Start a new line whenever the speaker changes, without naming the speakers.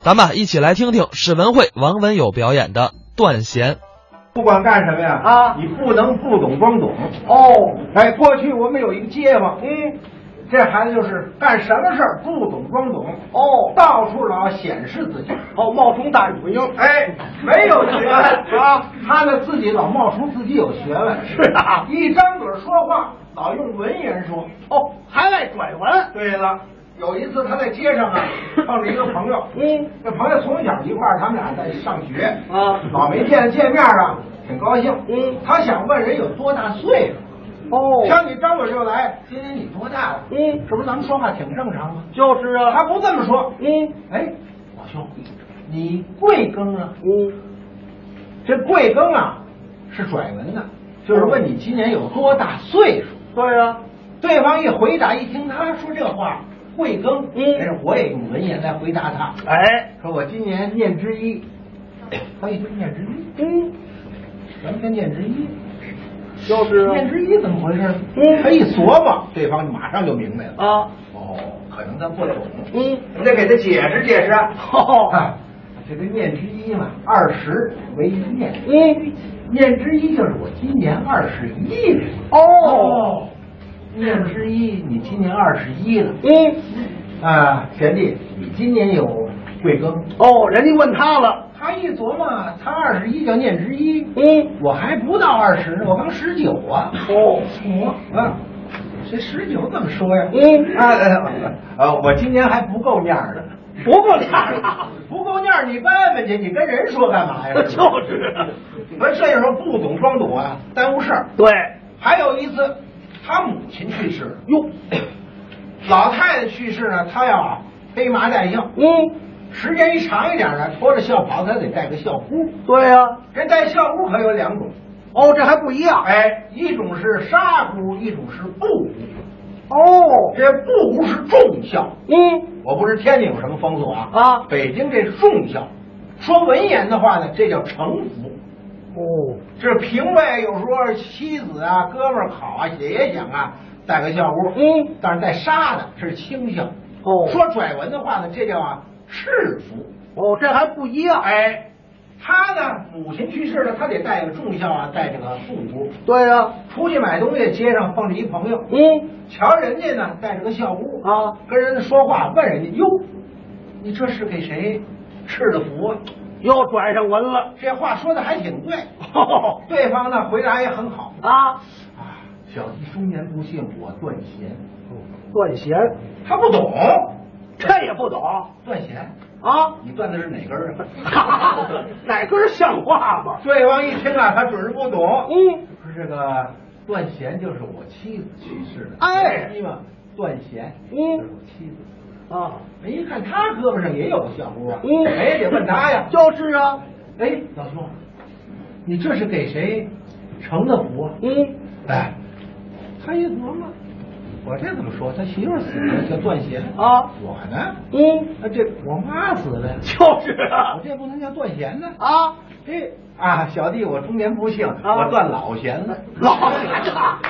咱们一起来听听史文慧、王文友表演的《断弦》。
不管干什么呀，
啊
你不能不懂装懂。
哦，
哎，过去我们有一个街坊，
嗯，
这孩子就是干什么事儿不懂装懂，
哦，
到处老显示自己。
哦，冒充大语英，
哎，没有学问
啊，
他呢自己老冒充自己有学问，
是啊
一张嘴说话老用文言说。
哦，还爱拐弯，
对了，有一次他在街上 啊碰着一个朋友，
嗯，
这朋友从小一块儿，他们俩在上学
啊
老没见见面啊，挺高兴。
嗯
他想问人有多大岁数，
哦，
像你张嘴就来，今年你多大了？
嗯
是不是咱们说话挺正常吗？
就是
他
啊，
不这么说，
嗯
哎，老兄，你贵庚啊？
嗯，
这贵庚啊是拽文的，就是问你今年有多大岁数。
对啊呀，
对方一回答，一听他说这话，贵庚，
嗯
哎我也用文言来回答他，
哎，
说我今年念之一，他一听念之一，
嗯，
咱们先念之一，
就是啊
念之一怎么回事？
嗯
他一琢磨，对方马上就明白了，
啊，
哦，可能他不懂，
嗯，
你得给他解释解释啊。
哦，
啊这个念之一嘛，二十为一念，
嗯，
念之一就是我今年二十一了。
哦，
念之一，你今年二十一了
嗯，
啊，贤弟，你今年有贵庚？
哦，人家问他了，
他一琢磨，他二十一叫念之一，
嗯，
我还不到二十呢，我刚十九啊。
哦，
我啊，这十九怎么说呀？
嗯
啊呃呃，我今年还不够面儿呢。
不过脸了，
不够面儿，你问问去，你跟人说干嘛呀？
就是，
不是这时候不懂装懂啊，耽误事儿。
对，
还有一次，他母亲去世了，
哟，
老太太去世呢，他要啊披麻戴孝，
嗯，
时间一长一点呢，拖着孝袍，他得带个孝箍。
嗯对呀，
人带孝箍可有两种，
哦，这还不一样，
哎，一种是纱箍，一种是布箍。
哦，
这布箍是重孝，
嗯，
我不知天津有什么风俗啊？
啊
北京这重孝，说文言的话呢，这叫城服。
哦，
这平辈有时候妻子啊、哥们儿好啊，也也想啊带个孝箍，
嗯，
但是带纱的是轻孝。
哦
说拽文的话呢，这叫啊世服。
哦，这还不一样，
哎，他呢母亲去世了，他得带个重孝啊，带这个父箍。
对啊呀、
出去买东西，街上碰着一朋友，
嗯
瞧人家呢带着个孝箍，
啊，
跟人家说话，问人家哟，你这是给谁吃的福啊？
又转上文了，
这话说的还挺 对。
哦、
对方呢回答也很好，
啊，
啊，小弟中年不幸，我断弦。
断弦，
他不懂，
这也不懂
断弦，
啊，
你断的是哪根儿
哈
啊？
哪根像话吗？
对方一听啊，他准是不懂。
嗯，
说这个断弦就是我妻子去世的，
哎
妻嘛，断弦，
嗯
就是我妻子。
啊，
哎，一看他胳膊上也有个小箍啊，
嗯
哎，得问他呀。
就是啊，
哎，老兄，你这是给谁成的福啊？
嗯，
哎，他一琢磨，我这怎么说？他媳妇儿死了叫断弦
啊，
我呢？
嗯，
那这我妈死了，
就是
我
啊，
这不能叫断弦呢。哎
啊，
这啊，小弟我中年不幸，
啊
我断老弦了。
老实啊，